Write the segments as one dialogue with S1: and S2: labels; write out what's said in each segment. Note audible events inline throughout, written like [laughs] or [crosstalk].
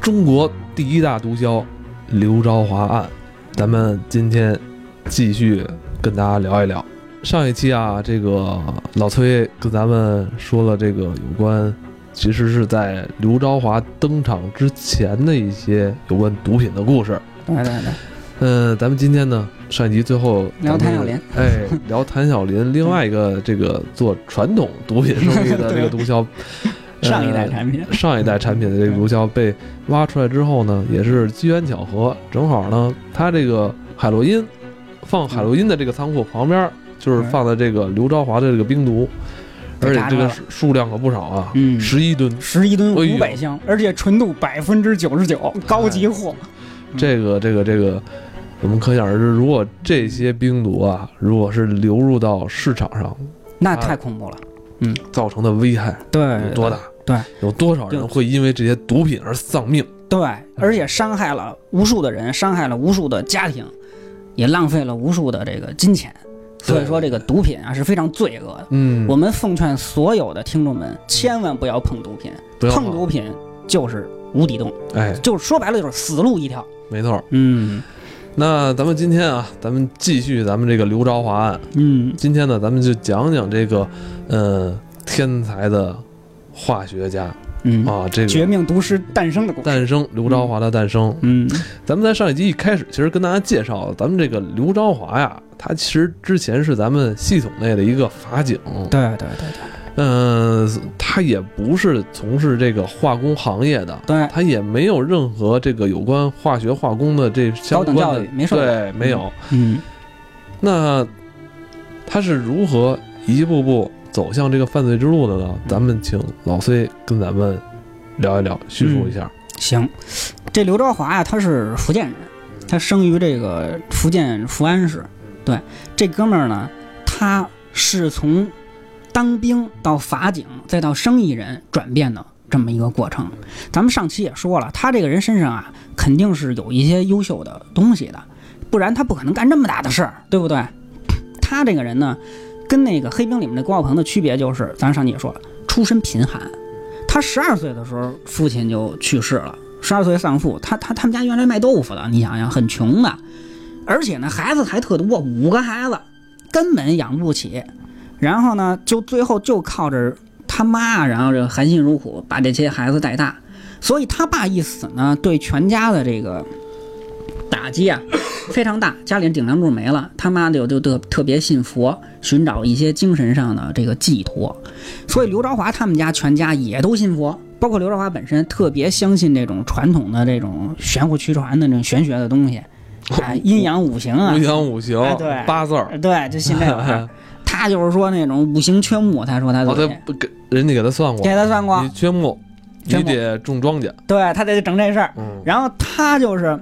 S1: 中国第一大毒枭刘昭华案，咱们今天继续跟大家聊一聊。上一期啊，这个老崔跟咱们说了这个有关，其实是在刘昭华登场之前的一些有关毒品的故事。
S2: 对对对，
S1: 嗯，咱们今天呢，上一集最后
S2: 聊
S1: 咱
S2: 谭
S1: 们
S2: 咏麟，
S1: [laughs] 哎，聊谭小 [laughs] 林，另外一个这个做传统毒品生意的这个毒 [laughs] 枭，呃
S2: 上一代产品，
S1: 上一代产品的这个毒枭被挖出来之后呢，也是机缘巧合，正好呢，他这个海洛因放海洛因的这个仓库旁边，就是放的这个刘昭华的这个冰毒，而
S2: 哎被
S1: 且
S2: 查
S1: 这
S2: 出来
S1: 个
S2: 了
S1: 数数量可不少啊，
S2: 嗯
S1: 十一吨，
S2: 十一吨
S1: 哎呦
S2: 五百箱，而且纯度百分之九十九，高级货。嗯
S1: 这个这个这个，我们可想而知，如果这些冰毒啊，如果是流入到市场上，
S2: 那太恐怖了。
S1: 造成的危害有
S2: 对
S1: 多大？
S2: 对，
S1: 有多少人会因为这些毒品而丧命？
S2: 对，而且伤害了无数的人，伤害了无数的家庭，也浪费了无数的这个金钱。所以说，这个毒品啊是非常罪恶的。
S1: 嗯，
S2: 我们奉劝所有的听众们，千万不要碰毒品，
S1: 不要
S2: 碰
S1: 怕
S2: 毒品就是无底洞，
S1: 哎，
S2: 就是说白了就是死路一条。
S1: 没错儿。
S2: 嗯
S1: 那咱们今天啊，咱们继续咱们这个刘朝华案。
S2: 嗯，
S1: 今天呢，咱们就讲讲这个，呃，天才的化学家
S2: 嗯，
S1: 啊，这
S2: 绝
S1: 个
S2: 命毒师诞生的故事。
S1: 诞生刘朝华的诞生。
S2: 嗯，
S1: 咱们在上一集一开始，其实跟大家介绍了，咱们这个刘朝华呀，他其实之前是咱们系统内的一个法警，
S2: 对对对对
S1: 嗯、他也不是从事这个化工行业的，
S2: 对，
S1: 他也没有任何这个有关化学化工的这相
S2: 高等
S1: 关
S2: 教
S1: 的
S2: 育没受过
S1: 对，没有。
S2: 嗯
S1: 那他是如何一步步走向这个犯罪之路的呢？咱们请老 C 跟咱们聊一聊，叙述一下。
S2: 行。这刘朝华呀、他是福建人，他生于这个福建福安市。对，这哥们儿呢，他是从当兵到法警，再到生意人转变的这么一个过程。咱们上期也说了，他这个人身上啊，肯定是有一些优秀的东西的，不然他不可能干这么大的事儿，对不对？他这个人呢，跟那个黑冰里面的郭小鹏的区别就是，咱上期也说了，出身贫寒。他十二岁的时候，父亲就去世了，十二岁丧父。他他他们家原来卖豆腐的，你想想，很穷的，而且呢，孩子还特多，五个孩子根本养不起。然后呢，就最后就靠着他妈，然后这含辛茹苦把这些孩子带大。所以他爸一死呢，对全家的这个打击啊非常大，家里顶梁柱没了，他妈就就特特别信佛，寻找一些精神上的这个寄托。所以刘朝华他们家全家也都信佛，包括刘朝华本身特别相信这种传统的这种玄乎其传的这种玄学的东西，哎，阴阳五行啊，
S1: 五行五行、
S2: 哎对
S1: 八字儿，。
S2: 对，就信这个事儿
S1: [laughs]
S2: 他就是说那种五行缺木，他说他
S1: 哦，
S2: 怎
S1: 他
S2: 么
S1: 不给人家给他算过，
S2: 给他算过
S1: 你，缺木，
S2: 缺
S1: 你
S2: 木
S1: 得种庄稼。
S2: 对他得整这事儿。
S1: 嗯，
S2: 然后他就是，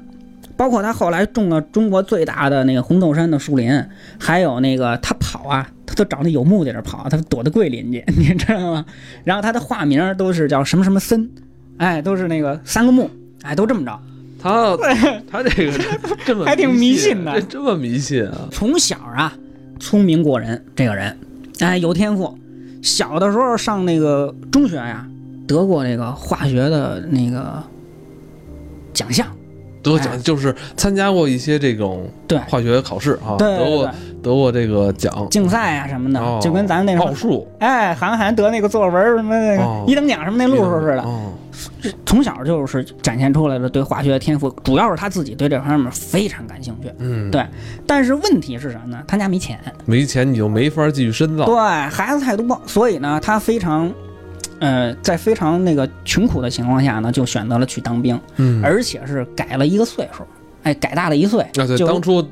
S2: 包括他后来种了中国最大的那个红豆杉的树林，还有那个他跑啊，他都找那有木在这跑，啊他躲到桂林去， [laughs] 你知道吗？然后他的化名都是叫什么什么森，哎，都是那个三个木，哎，都这么着。 [laughs]
S1: 他他这个这么啊
S2: 还挺迷信的
S1: 这这么迷信啊？
S2: 从小啊，聪明过人，这个人，哎，有天赋。小的时候上那个中学呀、得过那个化学的那个奖项，
S1: 得奖就是参加过一些这种
S2: 哎对
S1: 化学考试啊，
S2: 对
S1: 得
S2: 对
S1: 过
S2: 对，
S1: 得过这个奖，
S2: 竞赛啊什么的，
S1: 哦
S2: 就跟咱们那
S1: 奥
S2: 种，
S1: 数
S2: 哎，韩寒得那个作文什么那个、
S1: 哦
S2: 一等奖什么那路数似的，
S1: 哦
S2: 从小就是展现出来的对化学的天赋，主要是他自己对这方面非常感兴趣。
S1: 嗯，
S2: 对但是问题是什么呢？他家没钱，
S1: 没钱你就没法继续深造。
S2: 对，孩子太多，所以呢，他非常，呃，在非常那个穷苦的情况下呢，就选择了去当兵，
S1: 嗯，
S2: 而且是改了一个岁数，哎，改大了一岁，
S1: 啊，对，
S2: 就
S1: 当初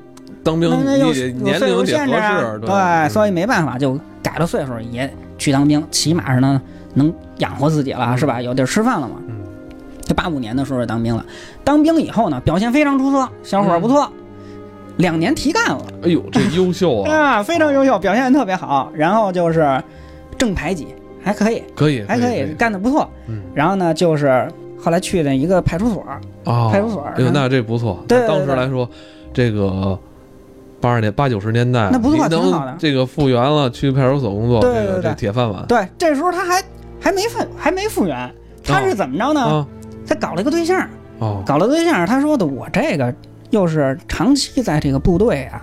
S1: 当兵
S2: 那那
S1: 你
S2: 又
S1: 得
S2: 是
S1: 年
S2: 岁
S1: 龄
S2: 数
S1: 得
S2: 限制
S1: 合
S2: 啊
S1: 适，，
S2: 对，所以
S1: 以
S2: 没办法就改了岁数也去当兵，起码是呢能养活自己了，是吧？有地儿吃饭了嘛
S1: 嗯。
S2: 这八五年的时候就当兵了，当兵以后呢，表现非常出色，小伙儿
S1: 嗯
S2: 不错，两年提干了
S1: 哎呦，这优秀啊，
S2: 啊，非常优秀，表现得特别好。然后就是正排级，还可以，
S1: [laughs] 可以，
S2: 还可以，干得不错。
S1: 嗯
S2: 然后呢，就是后来去的一个派出所，
S1: 啊，
S2: 派出所
S1: 哎呦，那这不错。
S2: 对
S1: 那当时
S2: 对对
S1: 来说，这个八十年八九十年代，
S2: 那不
S1: 您
S2: 错挺好的
S1: 能这个复员了，去派出所工作，
S2: 对
S1: 这
S2: 对
S1: 个
S2: 对
S1: 这铁饭碗
S2: 对，这时候他还还没复还没复原，他是怎么着呢？
S1: 啊，
S2: 他搞了一个对象，
S1: 哦，
S2: 搞了对象，他说的我这个又是长期在这个部队啊，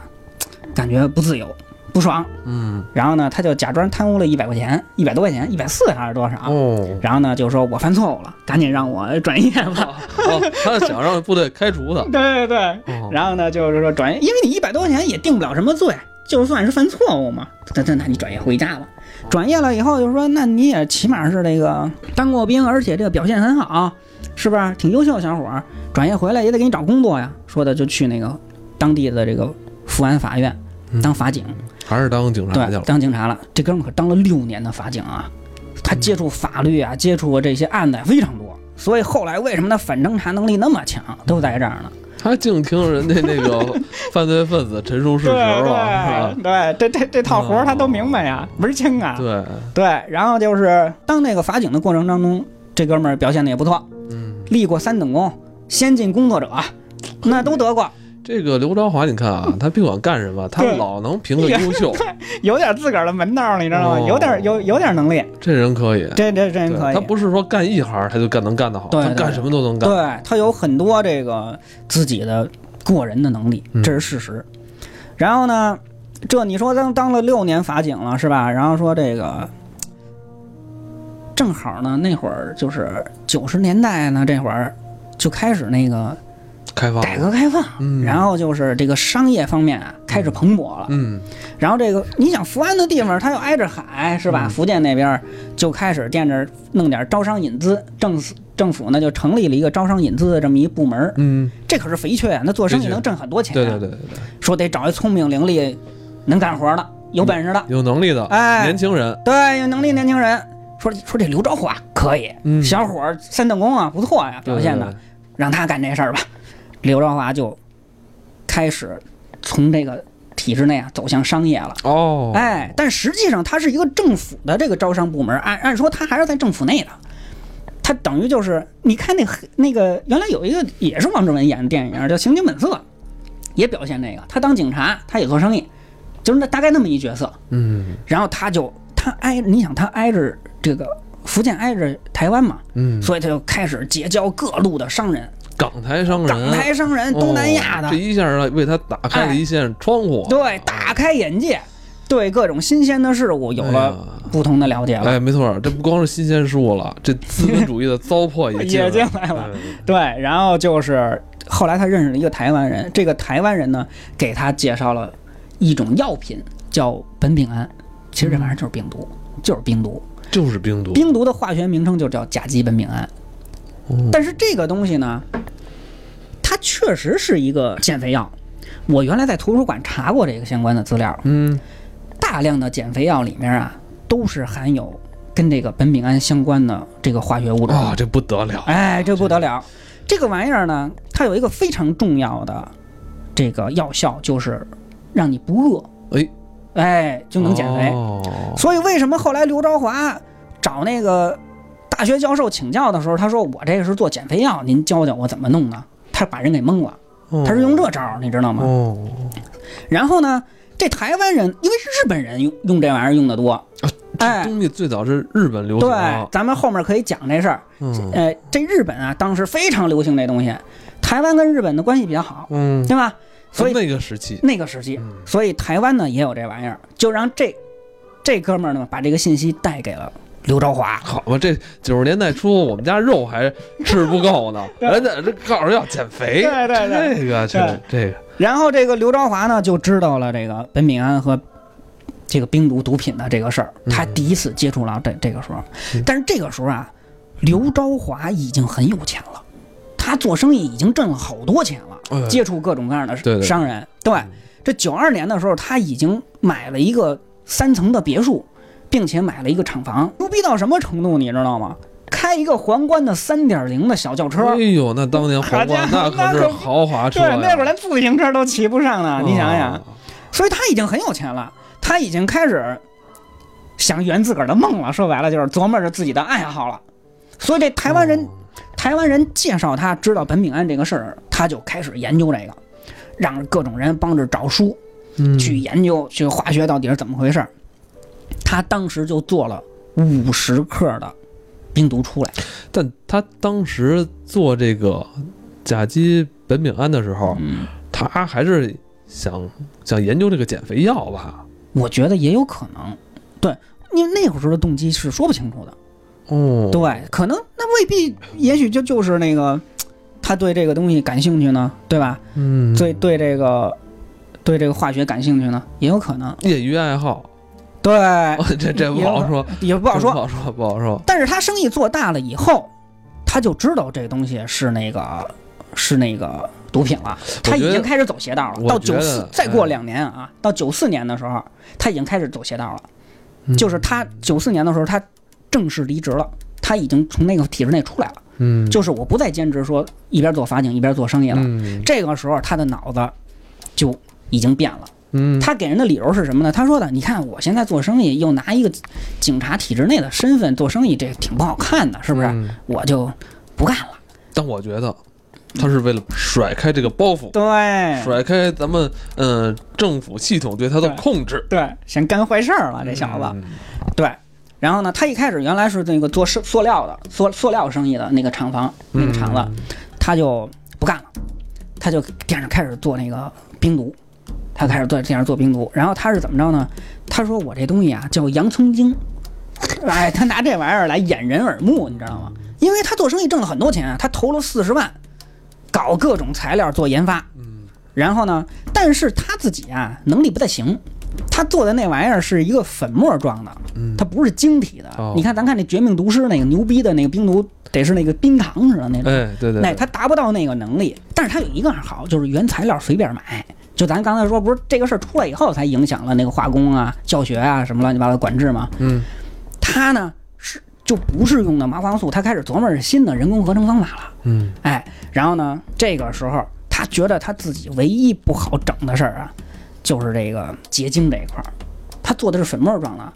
S2: 感觉不自由，不爽。
S1: 嗯，
S2: 然后呢，他就假装贪污了一百块钱，一百多块钱，一百四还是多少？
S1: 哦，
S2: 然后呢，就说我犯错误了，赶紧让我转业吧。。
S1: 哦他是想让部队开除他
S2: [laughs] 对对对，
S1: 哦，
S2: 然后呢，就是说转业，因为你一百多块钱也定不了什么罪，就算是犯错误嘛，那那那你转业回家吧。转业了以后，就是说，那你也起码是那个当过兵，而且这个表现很好，啊是不是？挺优秀的小伙儿，转业回来也得给你找工作呀。说的就去那个当地的这个福安法院当法警，
S1: 还是当警察去
S2: 对，
S1: 了。
S2: 当警察了。这哥们儿可当了六年的法警啊，他接触法律啊，接触过这些案子非常多，所以后来为什么他反侦查能力那么强，都在这儿呢？
S1: 他净听人家那个 [laughs] 犯罪分子陈述事实了，是吧？哦
S2: 对对，这这这套活儿他都明白呀，门儿清啊。
S1: 对，
S2: 对，然后就是当那个法警的过程当中，这哥们儿表现的也不错，
S1: 嗯，
S2: 立过三等功，先进工作者，啊那都得过，
S1: 哎这个刘昭华，你看
S2: [laughs]
S1: 啊，他别管干什么，他
S2: 对
S1: 老能评个优
S2: [laughs]
S1: 秀，
S2: 有点自个儿的门道儿，你知道吗？
S1: 哦
S2: 有点有有点能力，
S1: 这人可以。
S2: 这这这
S1: 对
S2: 人可以。
S1: 他不是说干一行他就干能干得好，
S2: 对
S1: 他
S2: 对
S1: 干什么都能干。
S2: 对他有很多这个自己的过人的能力
S1: 嗯，
S2: 这是事实。然后呢，这你说当当了六年法警了是吧？然后说这个正好呢，那会儿就是九十年代呢，这会儿就开始那个
S1: 开放，
S2: 改革开放，
S1: 嗯
S2: 然后就是这个商业方面啊开始蓬勃了。
S1: 嗯，
S2: 然后这个你想福安的地方，它又挨着海，是吧？
S1: 嗯
S2: 福建那边儿就开始惦着弄点招商引资，政府政府呢就成立了一个招商引资的这么一部门儿，
S1: 嗯，
S2: 这可是肥缺啊！那做生
S1: 肥
S2: 意
S1: 缺
S2: 能挣很多钱、
S1: 对对，对对对，
S2: 说得找一聪明伶俐、能干活的、有本事的，
S1: 有能力的
S2: 哎
S1: 年轻人，
S2: 对，有能力年轻人。说说这刘昭华可以，
S1: 嗯，
S2: 小伙儿三等功啊，不错呀、
S1: 对
S2: 表现的，，
S1: 对对
S2: 让他干这事儿吧。刘昭华就开始从这个体制内啊走向商业了。
S1: 哦，
S2: 哎，但实际上它是一个政府的这个招商部门，按按说它还是在政府内的。它等于就是，你看那黑那个原来有一个也是王志文演的电影叫《刑警本色》，也表现这个，他当警察，他也做生意，就是那大概那么一角色。
S1: 嗯
S2: 然后他就他挨，你想他挨着这个福建挨着台湾嘛，
S1: 嗯，
S2: 所以他就开始结交各路的商人、
S1: 港台商人，
S2: 港台商人、东南亚的哎
S1: 哦这，一下呢为他打开了一扇窗户，
S2: 对，大开眼界，对各种新鲜的事物有了
S1: 哎呀
S2: 不同的了解了。
S1: 哎，没错，这不光是新鲜事物了，这资本主义的糟粕也
S2: 也进
S1: 进
S2: 来了。
S1: 了。哎
S2: 对，然后就是后来他认识了一个台湾人，这个台湾人呢给他介绍了一种药品叫苯丙胺，其实这玩意儿就是病毒，就是冰毒。
S1: 就是冰毒，
S2: 冰毒的化学名称就叫甲基苯丙胺
S1: 哦，
S2: 但是这个东西呢，它确实是一个减肥药。我原来在图书馆查过这个相关的资料，
S1: 嗯，
S2: 大量的减肥药里面啊都是含有跟这个苯丙胺相关的这个化学物质
S1: 啊，这不得了，
S2: 哎，这不得了！这个玩意儿呢，它有一个非常重要的这个药效，就是让你不饿，
S1: 哎，
S2: 哎，就能减肥。
S1: 哦
S2: 所以为什么后来刘昭华找那个大学教授请教的时候，他说我这个是做减肥药，您教教我怎么弄呢？他把人给蒙了，
S1: 哦
S2: 他是用这招儿，你知道吗？
S1: 哦，
S2: 然后呢，这台湾人因为日本人用用这玩意儿用的多，
S1: 啊这
S2: 哎，
S1: 东西最早是日本流行
S2: 对
S1: 的，，
S2: 咱们后面可以讲这事儿。
S1: 嗯
S2: 呃，这日本啊，当时非常流行这东西，台湾跟日本的关系比较好，
S1: 嗯，
S2: 对吧？所以
S1: 那个时期，
S2: 那个时期，
S1: 嗯
S2: 所以台湾呢也有这玩意儿，就让这这哥们儿呢把这个信息带给了刘昭华。
S1: 好吧，这九十年代初我们家肉还吃不够
S2: [laughs]
S1: 呢，人家这告诉要减肥，
S2: 对对对
S1: 这个这这个，
S2: 然后这个刘昭华呢就知道了这个苯丙胺和这个冰毒毒品的这个事儿，他第一次接触了这这个时候
S1: 嗯，
S2: 但是这个时候啊，刘昭华已经很有钱了，他做生意已经挣了好多钱
S1: 哎嗯
S2: 了，接触各种各样
S1: 对对
S2: 的商人。对，这九二年的时候，他已经买了一个三层的别墅，并且买了一个厂房，牛逼到什么程度，你知道吗？开一个皇冠的三点零的小轿车，
S1: 哎呦，那当年皇冠
S2: 好家
S1: 那
S2: 伙
S1: 可
S2: 那
S1: 是
S2: 可
S1: 豪华车
S2: 对
S1: 呀，，
S2: 那会儿连自行车都骑不上呢，你想想
S1: 哦，，
S2: 所以他已经很有钱了，他已经开始想圆自个儿的梦了。说白了就是琢磨着自己的爱好了。所以这台湾
S1: 哦
S2: 人，台湾人介绍他知道苯丙胺这个事儿，他就开始研究这个，让各种人帮着找书
S1: 嗯
S2: 去研究这个化学到底是怎么回事儿。他当时就做了五十克的冰毒出来，
S1: 但他当时做这个贾基本敏安的时候，
S2: 嗯，
S1: 他还是想想研究这个减肥药吧？
S2: 我觉得也有可能，对，因为那会儿时候的动机是说不清楚的，
S1: 哦，
S2: 对，可能那未必，也许就就是那个他对这个东西感兴趣呢，对吧？
S1: 嗯，
S2: 对对这个对这个化学感兴趣呢，也有可能，
S1: 业余爱好，
S2: 对，
S1: [laughs] 这这不好说，
S2: 也不
S1: 不
S2: 好说
S1: 不。哦好说，不好说。
S2: 但是他生意做大了以后，他就知道这东西是那个是那个毒品了，他
S1: 觉
S2: 已
S1: 得
S2: 经开始走邪道了。
S1: 我
S2: 到
S1: 觉
S2: 九
S1: 得嗯
S2: 四，再过两年啊，到九四年的时候，他已经开始走邪道了。
S1: 嗯
S2: 就是他九四年的时候，他正式离职了，他已经从那个体制内出来了，
S1: 嗯，
S2: 就是我不再兼职说一边做法警一边做生意了。
S1: 嗯
S2: 这个时候，他的脑子就已经变了。
S1: 嗯，
S2: 他给人的理由是什么呢？他说的，你看我现在做生意又拿一个警察体制内的身份做生意，这挺不好看的，是不是？
S1: 嗯？
S2: 我就不干了。
S1: 但我觉得啊他是为了甩开这个包袱，
S2: 对
S1: 甩开咱们嗯、呃政府系统对他的
S2: 对
S1: 控制。
S2: 对，想干坏事儿了，
S1: 嗯
S2: 这小子。对，然后呢，他一开始原来是那个做塑塑料的塑塑料生意的那个厂房那
S1: 嗯
S2: 个厂子，他就不干了，他就电视开始做那个冰毒，他开始做电视做冰毒。然后他是怎么着呢？他说我这东西啊叫洋葱精，哎，他拿这玩意儿来掩人耳目，你知道吗？因为他做生意挣了很多钱啊，他投了四十万，搞各种材料做研发，然后呢，但是他自己啊能力不太行。他做的那玩意儿是一个粉末状的，
S1: 嗯
S2: 它不是晶体的。
S1: 哦
S2: 你看，咱看那《绝命毒师》那个牛逼的那个冰毒，得是那个冰糖似的那种。
S1: 哎，对对
S2: 那
S1: 对，
S2: 他达不到那个能力，但是他有一个好，就是原材料随便买。就咱刚才说，不是这个事儿出来以后才影响了那个化工啊、教学啊什么乱七八糟管制嘛。
S1: 嗯
S2: 他呢是就不是用的麻黄素，他开始琢磨着新的人工合成方法了。
S1: 嗯
S2: 哎，然后呢，这个时候他觉得他自己唯一不好整的事儿啊，就是这个结晶这一块儿，他做的是粉末状的，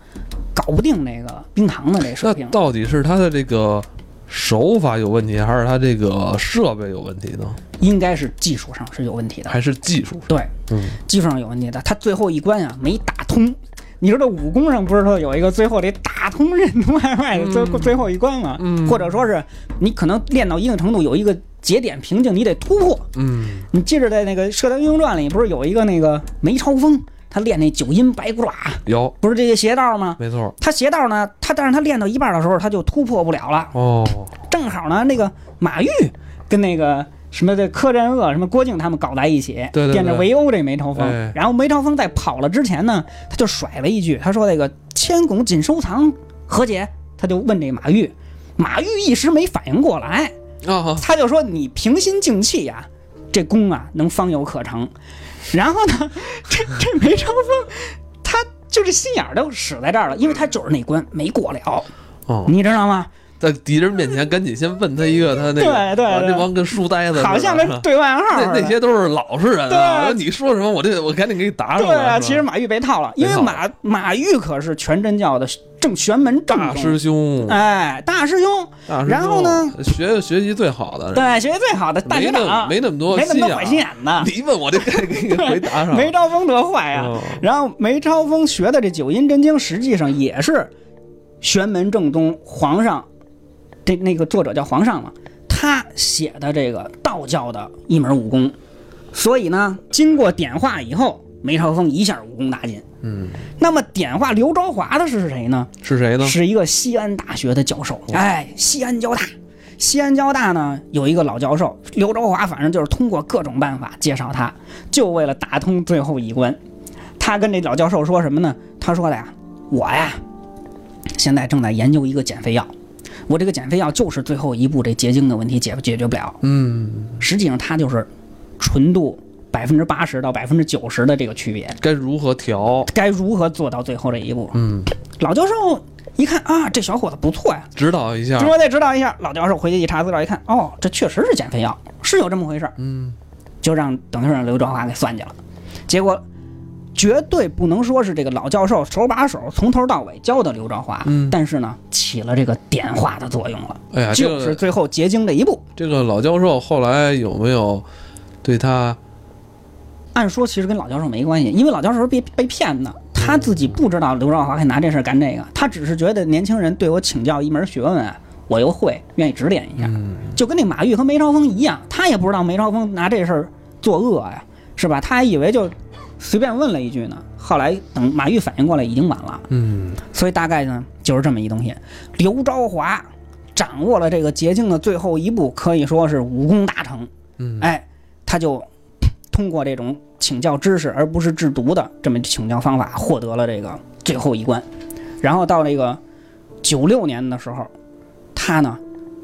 S2: 搞不定那个冰糖的这水
S1: 那
S2: 平。
S1: 到底是他的这个手法有问题，还是他这个设备有问题呢？
S2: 应该是技术上是有问题的。
S1: 还是技术？
S2: 对，
S1: 嗯，
S2: 技术上有问题的，他最后一关呀、没打通。你知道武功上不是说有一个最后得打通任督二脉的最、最后一关吗？
S1: 嗯
S2: 或者说是你可能练到一定程度有一个节点瓶颈，你得突破。
S1: 嗯
S2: 你记着，在那个《射雕英雄传》里不是有一个那个梅超风，他练那九阴白骨爪，
S1: 有，
S2: 不是这些邪道吗？
S1: 没错。
S2: 他邪道呢，他但是他练到一半的时候他就突破不了了，
S1: 哦，
S2: 正好呢，那个马玉跟那个什么的柯镇恶、什么郭靖他们搞在一起，
S1: 对对对
S2: 惦着围殴这梅超风。
S1: 哎
S2: 然后梅超风在跑了之前呢，他就甩了一句，他说：“那个千拱锦收藏何解？”他就问这马玉，马玉一时没反应过来，
S1: 啊，
S2: 他就说：“你平心静气呀、这功啊能方有可成。”然后呢， [laughs] 这这梅超风他就是心眼儿都使在这儿了，因为他就是那关没过了，
S1: 哦，
S2: 你知
S1: [laughs]
S2: 道吗？
S1: 在敌人面前赶紧先问他一个，他那个
S2: 对对
S1: 哇
S2: 对
S1: 这帮跟书呆子似的，
S2: 好像跟
S1: 是吧
S2: 对外号似
S1: 那
S2: 的
S1: 那些都是老实人啊，
S2: 对
S1: 你说什么我这我赶紧给你答上
S2: 对
S1: 来。
S2: 啊，
S1: 是吧
S2: 其实马玉被套了，因为
S1: 被套
S2: 马马玉可是全真教的正玄门正
S1: 大
S2: 宗
S1: 师兄，
S2: 哎，大师兄，
S1: 大师兄
S2: 然后呢，
S1: 学学习最好的，
S2: 对，啊学习最好的大
S1: 没
S2: 学
S1: 那么
S2: 长，
S1: 没那么多啊
S2: 没那么多坏心
S1: 心眼，
S2: 眼的，
S1: 你一问我就赶紧给你回答上。
S2: 梅超风多坏呀、
S1: 哦
S2: 然后梅超风学的这九阴真经，实际上也是玄门正宗皇上，这那个作者叫皇上嘛，他写的这个道教的一门武功，所以呢，经过点化以后，梅超风一下武功大进。
S1: 嗯，
S2: 那么点化刘昭华的是谁呢？
S1: 是谁呢？
S2: 是一个西安大学的教授。哎，西安交大，西安交大呢有一个老教授刘昭华，反正就是通过各种办法介绍他，就为了打通最后一关。他跟这老教授说什么呢？他说的呀，我呀，现在正在研究一个减肥药，我这个减肥药就是最后一步这结晶的问题解解决不了。
S1: 嗯，
S2: 实际上它就是纯度百分之八十到百分之九十的这个区别，
S1: 该如何调？
S2: 该如何做到最后这一步？
S1: 嗯，
S2: 老教授一看啊，这小伙子不错呀，
S1: 指导一下
S2: 中。国再指导一下。老教授回去一查资料一看，哦，这确实是减肥药，是有这么回事儿，
S1: 嗯，
S2: 就让等于是让刘德华给算计了。结果绝对不能说是这个老教授手把手从头到尾教的刘德华，
S1: 嗯
S2: 但是呢，起了这个点化的作用了，
S1: 哎呀，这
S2: 就是
S1: 个
S2: 最后结晶这一步。
S1: 这个老教授后来有没有对他？
S2: 按说其实跟老教授没关系，因为老教授是被被骗的，他自己不知道刘兆华还拿这事儿干这个，他只是觉得年轻人对我请教一门学问啊，我又会，愿意指点一下。
S1: 嗯
S2: 就跟那马玉和梅超风一样，他也不知道梅超风拿这事儿作恶呀，是吧？他还以为就随便问了一句呢。后来等马玉反应过来，已经晚了。
S1: 嗯
S2: 所以大概呢就是这么一东西。刘昭华掌握了这个捷径的最后一步，可以说是武功大成。
S1: 嗯
S2: 哎，他就通过这种请教知识，而不是制毒的这么请教方法，获得了这个最后一关。然后到这个九六年的时候，他呢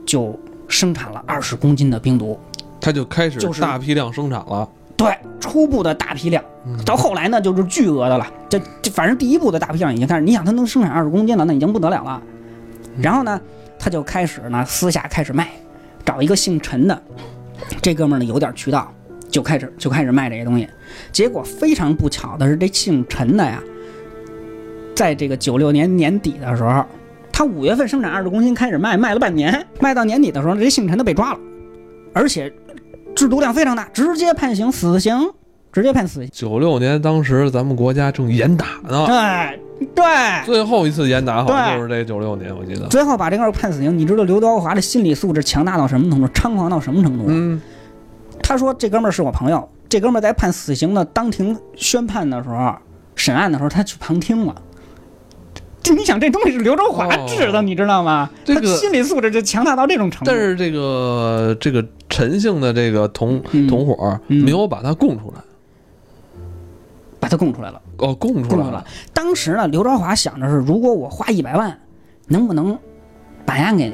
S2: 就生产了二十公斤的冰毒，
S1: 他就开始
S2: 就是
S1: 大批量生产了。
S2: 对，初步的大批量
S1: 嗯，
S2: 到后来呢就是巨额的了。这这反正第一步的大批量已经开始，你想它能生产二十公斤了，那已经不得了了。然后呢，他就开始呢私下开始卖，找一个姓陈的，这哥们儿呢有点渠道，就开始就开始卖这些东西。结果非常不巧的是，这姓陈的呀，在这个九六年年底的时候，他五月份生产二十公斤开始卖，卖了半年，卖到年底的时候，这姓陈的被抓了，而且制毒量非常大，直接判刑死刑，直接判死刑。
S1: 九六年当时咱们国家正严打呢，
S2: 哎，对，
S1: 最后一次严打好像
S2: 对嗯
S1: 就是这九六年，我记得。
S2: 最后把这个判死刑。你知道刘德华的心理素质强大到什么程度，猖狂到什么程度吗？
S1: 嗯
S2: 他说这哥们儿是我朋友，这哥们儿在判死刑的当庭宣判的时候，审案的时候，他去旁听了。这你想，这东西是刘德华
S1: 哦
S2: 制的，你知道吗？
S1: 这个
S2: 他心理素质就强大到这种程度。
S1: 但是这个这个陈姓的这个同
S2: 嗯
S1: 同伙儿
S2: 嗯
S1: 没有把他供出来，
S2: 把他供出来了，
S1: 哦，供出
S2: 供出
S1: 来
S2: 来了。。当时呢，刘德华想着是，如果我花一百万，能不能把案给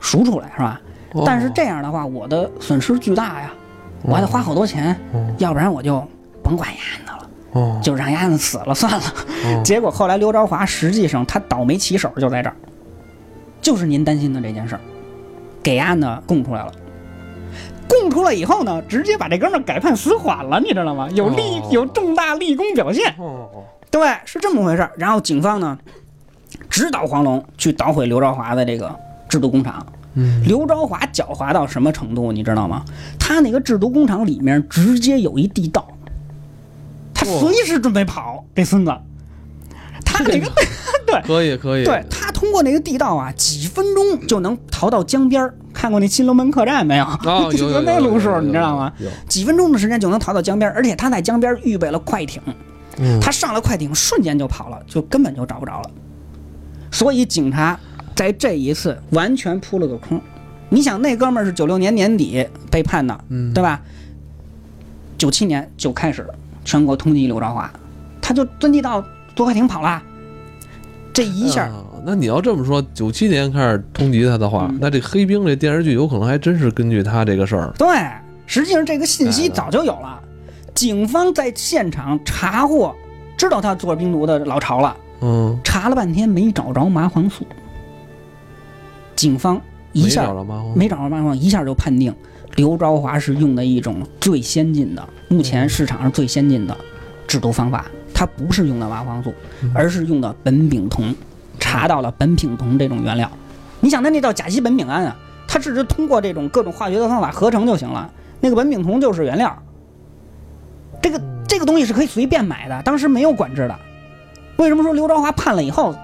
S2: 赎出来，是吧？
S1: 哦
S2: 但是这样的话，我的损失巨大呀，我还得花好多钱，
S1: 哦
S2: 要不然我就甭管案子了，
S1: 哦
S2: 就让案子死了算了。
S1: 哦
S2: 结果后来刘朝华实际上他倒霉起手就在这儿，就是您担心的这件事儿，给案呢供出来了。供出来以后呢，直接把这哥们儿改判死缓了，你知道吗？有立
S1: 哦
S2: 有重大立功表现，
S1: 哦
S2: 对，是这么回事儿。然后警方呢，指导黄龙去捣毁刘朝华的这个制毒工厂。
S1: 嗯
S2: 刘朝华狡猾到什么程度，你知道吗？他那个制毒工厂里面直接有一地道，他
S1: 哇
S2: 随时准备跑。这孙子，他那个对
S1: 可以可以，
S2: 对，他通过那个地道啊，几分钟就能逃到江边儿。看过那《新龙门客栈》没有？
S1: 哦，
S2: [laughs] 就
S1: 有有
S2: 就那
S1: 有
S2: 路
S1: 有
S2: 数，
S1: 有
S2: 你知道吗？？
S1: 有有
S2: 几分钟的时间就能逃到江边儿，而且他在江边儿预备了快艇，
S1: 嗯
S2: 他上了快艇，瞬间就跑了，就根本就找不着了。所以警察在这一次完全扑了个空。你想，那哥们儿是九六年年底被判的，
S1: 嗯
S2: 对吧？九七年就开始全国通缉刘朝华，他就蹲地道坐快艇跑了。这一下，
S1: 啊那你要这么说，九七年开始通缉他的话，
S2: 嗯
S1: 那这《黑冰》这电视剧有可能还真是根据他这个事儿。
S2: 对，实际上这个信息早就有了。警方在现场查获，知道他做冰毒的老巢了，
S1: 嗯，
S2: 查了半天没找着麻黄素，警方一
S1: 没
S2: 下
S1: 找着吗？哦
S2: 没找着麻黄素，一下就判定刘朝华是用的一种最先进的，目前市场上最先进的制毒方法，他不是用的麻黄素，
S1: 嗯
S2: 而是用的苯丙酮，查到了苯丙酮这种原料。你想，那那叫甲基苯丙胺啊，它只是通过这种各种化学的方法合成就行了，那个苯丙酮就是原料。这个这个东西是可以随便买的，当时没有管制的。为什么说刘朝华判了以后，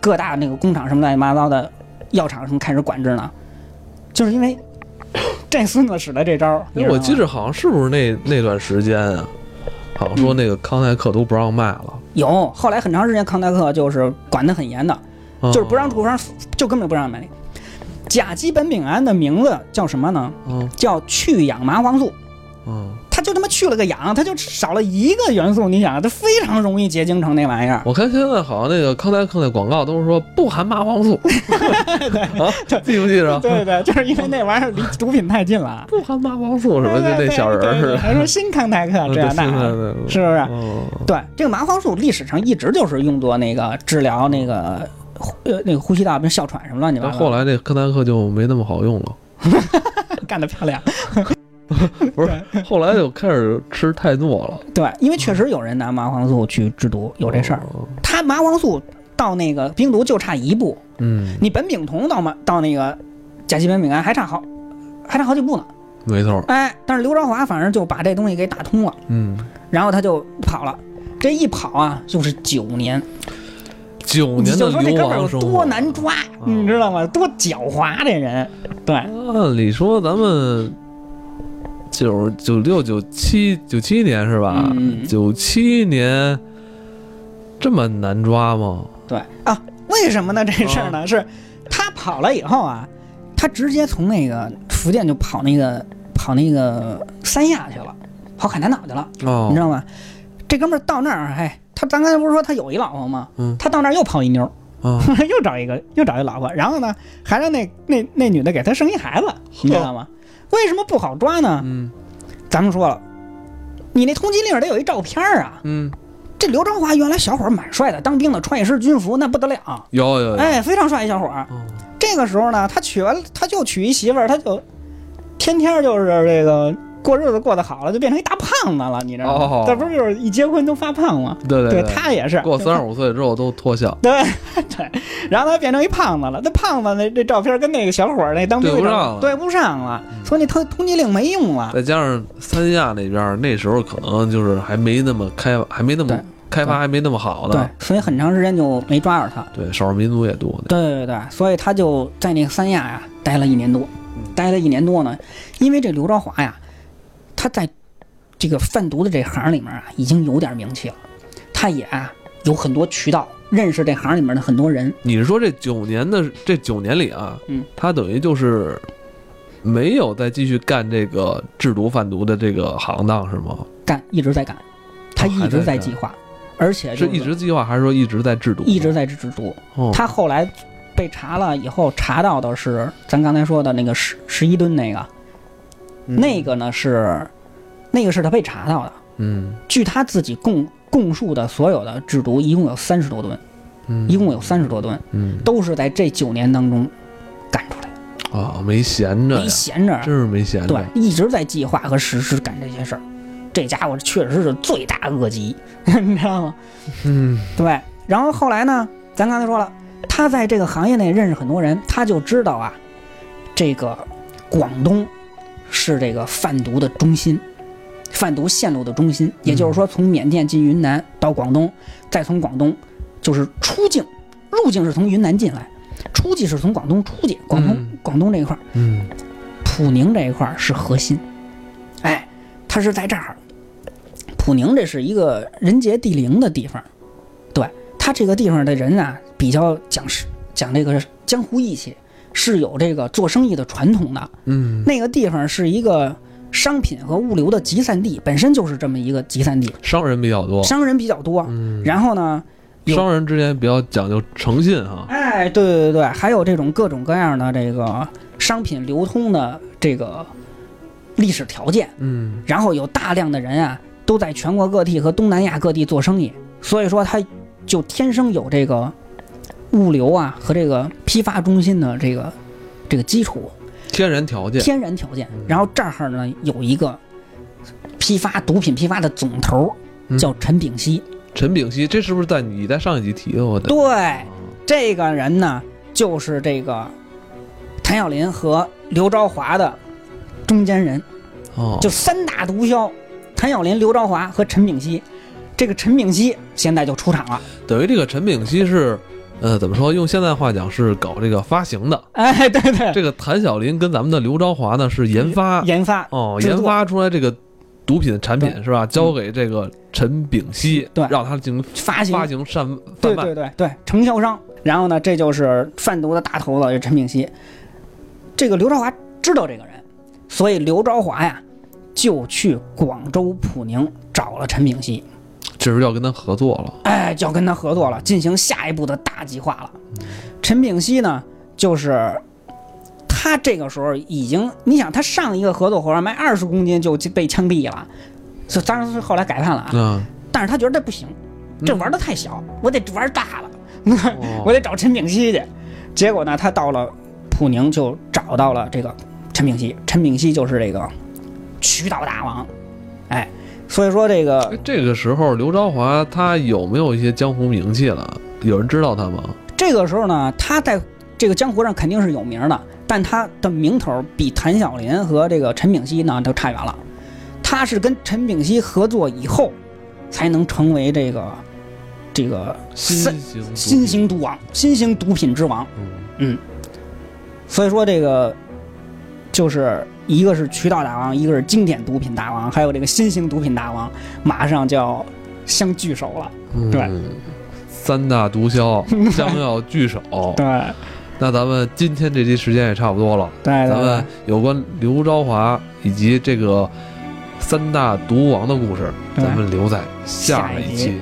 S2: 各大那个工厂什么乱七八糟的药厂什么开始管制呢？就是因为 [coughs] 这孙子使的这招儿。你
S1: 哎
S2: 知道
S1: 我
S2: 吗
S1: 记着好像是不是那那段时间啊，好像说
S2: 嗯
S1: 那个康泰克都不让卖了，
S2: 有，后来很长时间康泰克就是管得很严的，
S1: 嗯
S2: 就是不让处方，就根本不让买。甲基苯丙胺的名字叫什么呢？
S1: 嗯
S2: 叫去氧麻黄素。
S1: 嗯，
S2: 它就他妈去了个氧，它就少了一个元素。你想，它非常容易结晶成那玩意儿。
S1: [laughs] 我看现在好像那个康泰克的广告都是说不含麻黄
S2: [laughs]
S1: 素，啊，记不记着？
S2: 对对，就是因为那玩意儿离毒品太近了。
S1: [laughs] 不含麻黄素什么的，
S2: 对
S1: 就
S2: 对
S1: 那
S2: 对
S1: 小人儿嗯
S2: 对
S1: 似
S2: 对
S1: 的。
S2: 还说新康泰克
S1: [laughs]
S2: 这样那样的，是不是？
S1: 嗯
S2: 对，这个麻黄素历史上一直就是用作那个治疗那个呃那个呼吸道，比如哮喘什么乱七八
S1: 但
S2: 糟。
S1: 后来这康泰克就没那么好用
S2: [laughs]
S1: 了，
S2: 干得
S1: [laughs]
S2: 漂亮。
S1: 后来就开始吃泰诺了，
S2: [laughs] 对，因为确实有人拿麻黄素去制毒，有这事儿。
S1: 哦。
S2: 他麻黄素到那个冰毒就差一步，
S1: 嗯，
S2: 你苯丙酮到麻到那个甲基苯丙胺还差好，还差好几步呢。
S1: 没错儿。
S2: 哎，但是刘朝华反正就把这东西给打通了，
S1: 嗯，
S2: 然后他就跑了。这一跑啊，就是九年，
S1: 九
S2: 你
S1: 年的
S2: 就说这
S1: 流
S2: 哥们儿
S1: 亡
S2: 有
S1: 生
S2: 多
S1: 活。啊
S2: 难抓，你知道吗？多狡猾这人，对，
S1: 按理说咱们九九六九七九七年是吧
S2: 嗯？
S1: 九七年这么难抓吗？
S2: 对啊，为什么呢？这事儿
S1: 啊
S2: 呢，是他跑了以后啊，他直接从那个福建就跑那个跑那个三亚去了，跑海南岛去了，
S1: 哦
S2: 你知，道吗？这哥们儿到那儿，哎，他咱刚才不是说他有一老婆吗？
S1: 嗯
S2: 他到那儿又泡一妞儿， [laughs]
S1: 啊，
S2: 又找一个又找一老婆，然后呢，还让那那那女的给他生一孩子，你知道
S1: 哦
S2: 吗？为什么不好抓呢？
S1: 嗯
S2: 咱们说了，你那通缉令得有一照片儿啊。
S1: 嗯，
S2: 这刘朝华原来小伙儿蛮帅的，当兵的，穿一身军服那不得了。
S1: 有有有，
S2: 哎，非常帅一小伙儿。
S1: 哦
S2: 这个时候呢，他娶完，他就娶一媳妇儿，他就天天就是这个过日子过得好了，就变成一大胖子了，你知道吗
S1: 哦？
S2: 这不是就是一结婚都发胖吗？
S1: 对对对，
S2: 他也是
S1: 过三十五岁之后都脱相，
S2: 对对，然后他变成一胖子了。那胖子那这照片跟那个小伙儿那当兵
S1: 对不
S2: 的照
S1: 上了嗯
S2: 对不上了，所以那通通缉令没用了。
S1: 再加上三亚那边儿那时候可能就是还没那么开，还没那么
S2: 对
S1: 开发，还没那么好
S2: 对
S1: 呢。，
S2: 所以很长时间就没抓着他。
S1: 对，少数民族也多呢。
S2: 对对对，所以他就在那个三亚呀、待了一年多，
S1: 嗯
S2: 待了一年多呢，因为这刘朝华呀，他在这个贩毒的这行里面啊，已经有点名气了，他也啊有很多渠道认识这行里面的很多人，
S1: 你是说这九年的这九年里啊，
S2: 嗯，
S1: 他等于就是没有再继续干这个制毒贩毒的这个行当是吗？
S2: 干一直在干，他一直在
S1: 哦干
S2: 计划，而且哎就是
S1: 一直计划还是说一直在制毒？
S2: 一直在制毒，
S1: 哦，
S2: 他后来被查了以后，查到的是咱刚才说的那个十十一吨那个，那个呢是那个是他被查到的。
S1: 嗯
S2: 据他自己供供述的所有的制毒，一共有三十多吨，
S1: 嗯，
S2: 一共有三十多吨，
S1: 嗯
S2: 都是在这九年当中干出来的，
S1: 啊、没闲着
S2: 没
S1: 呀，
S2: 闲着。
S1: 真是啊没闲着。
S2: 对，一直在计划和实施干这些事儿。这家伙确实是罪大恶极， [laughs] 你知道吗？
S1: 嗯
S2: 对。然后后来呢，咱刚才说了，他在这个行业内认识很多人，他就知道啊，这个广东是这个贩毒的中心，贩毒线路的中心。也就是说，从缅甸进云南到广东，再从广东就是出境，入境是从云南进来，出境是从广东出去。广东、
S1: 嗯
S2: 广东这一块儿，
S1: 嗯，
S2: 普宁这一块儿是核心，哎，它是在这儿。普宁这是一个人杰地灵的地方，对它这个地方的人啊，比较讲是讲这个江湖义气，是有这个做生意的传统的。
S1: 嗯，
S2: 那个地方是一个商品和物流的集散地，本身就是这么一个集散地，
S1: 商人比较多，
S2: 商人比较多。
S1: 嗯，
S2: 然后呢，有
S1: 商人之间比较讲究诚信哈。
S2: 哎，对对对，还有这种各种各样的这个商品流通的这个历史条件。
S1: 嗯
S2: 然后有大量的人啊，都在全国各地和东南亚各地做生意，所以说他就天生有这个物流啊和这个批发中心的这个这个基础
S1: 天然条件，
S2: 天然条件。然后这儿呢有一个批发毒品批发的总头
S1: 嗯
S2: 叫陈炳熙，
S1: 陈炳熙，这是不是在你在上一集提到过的？
S2: 对
S1: 啊，
S2: 这个人呢就是这个谭耀林和刘朝华的中间人。
S1: 哦，
S2: 就三大毒枭，谭耀林、刘朝华和陈炳熙。这个陈炳熙现在就出场了，
S1: 等于这个陈炳熙是，呃，怎么说？用现在话讲是搞这个发行的。
S2: 哎，对对，
S1: 这个谭晓林跟咱们的刘朝华呢是研发
S2: 研发，
S1: 哦，
S2: 制作嗯
S1: 研发出来这个毒品产品是吧？交给这个陈炳熙，
S2: 对
S1: 让他进行
S2: 发行
S1: 发行贩贩
S2: 对
S1: 卖。
S2: 对对对，承销商。然后呢，这就是贩毒的大头子，这陈炳熙。这个刘朝华知道这个人，所以刘朝华呀就去广州普宁找了陈炳熙，
S1: 这是要跟他合作了。
S2: 哎，就要跟他合作了，进行下一步的大计划了。陈炳熙呢，就是他这个时候已经，你想他上一个合作伙伴卖二十公斤就被枪毙了，所以当然是后来改判了啊。 [laughs]
S1: 嗯，
S2: 但是他觉得这不行，这玩的太小，我得玩大了，我
S1: 哦
S2: 得找陈炳熙去。结果呢，他到了普宁就找到了这个陈炳熙，陈炳熙就是这个渠道大王，哎，所以说这个
S1: 哎这个时候刘朝华他有没有一些江湖名气了？有人知道他吗？
S2: 这个时候呢，他在这个江湖上肯定是有名的，但他的名头比谭晓林和这个陈炳熙呢都差远了。他是跟陈炳熙合作以后，才能成为这个这个
S1: 新型
S2: 新型毒王，新型毒品之王。
S1: 嗯
S2: 所以说这个就是一个是渠道大王，一个是经典毒品大王，还有这个新型毒品大王，马上就要相聚首了。对
S1: 嗯三大毒
S2: [laughs]
S1: 枭将要聚首。
S2: 对
S1: 那咱们今天这期时间也差不多了，
S2: 对
S1: 咱
S2: 对
S1: 们有关刘昭华以及这个三大毒王的故事，
S2: 对
S1: 咱们留在下
S2: 下一
S1: 一
S2: 集
S1: 期